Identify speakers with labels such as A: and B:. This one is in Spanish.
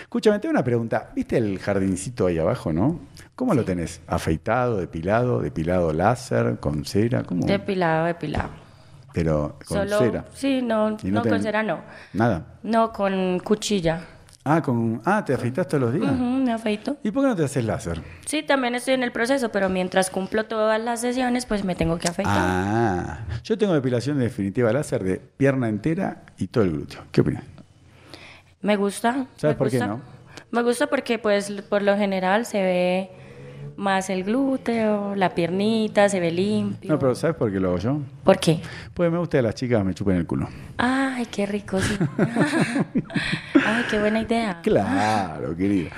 A: Escúchame, tengo una pregunta. ¿Viste el jardincito ahí abajo, no? ¿Cómo lo tenés? ¿Afeitado, depilado, depilado láser, con cera? ¿Cómo?
B: Depilado, depilado.
A: Pero con
B: Solo,
A: cera.
B: Sí, no, no,
A: Y no
B: con
A: tenés-
B: cera no.
A: Nada.
B: No, con cuchilla.
A: Ah, con, ah, ¿te afeitas todos los días?
B: Ujú, me afeito.
A: ¿Y por qué no te haces láser?
B: Sí, también estoy en el proceso, pero mientras cumplo todas las sesiones, pues me tengo que afeitar.
A: Ah, yo tengo depilación definitiva láser de pierna entera y todo el glúteo. ¿Qué opinas?
B: Me gusta.
A: ¿Sabes
B: me
A: por qué
B: gusta.
A: no?
B: Me gusta porque, pues, por lo general se ve más el glúteo, la piernita, se ve limpio.
A: No, pero ¿sabes por qué lo hago yo?
B: ¿Por qué?
A: Pues me gusta que las chicas me chupen el culo.
B: Ay, qué rico, sí. Ay, qué buena idea.
A: Claro, querida.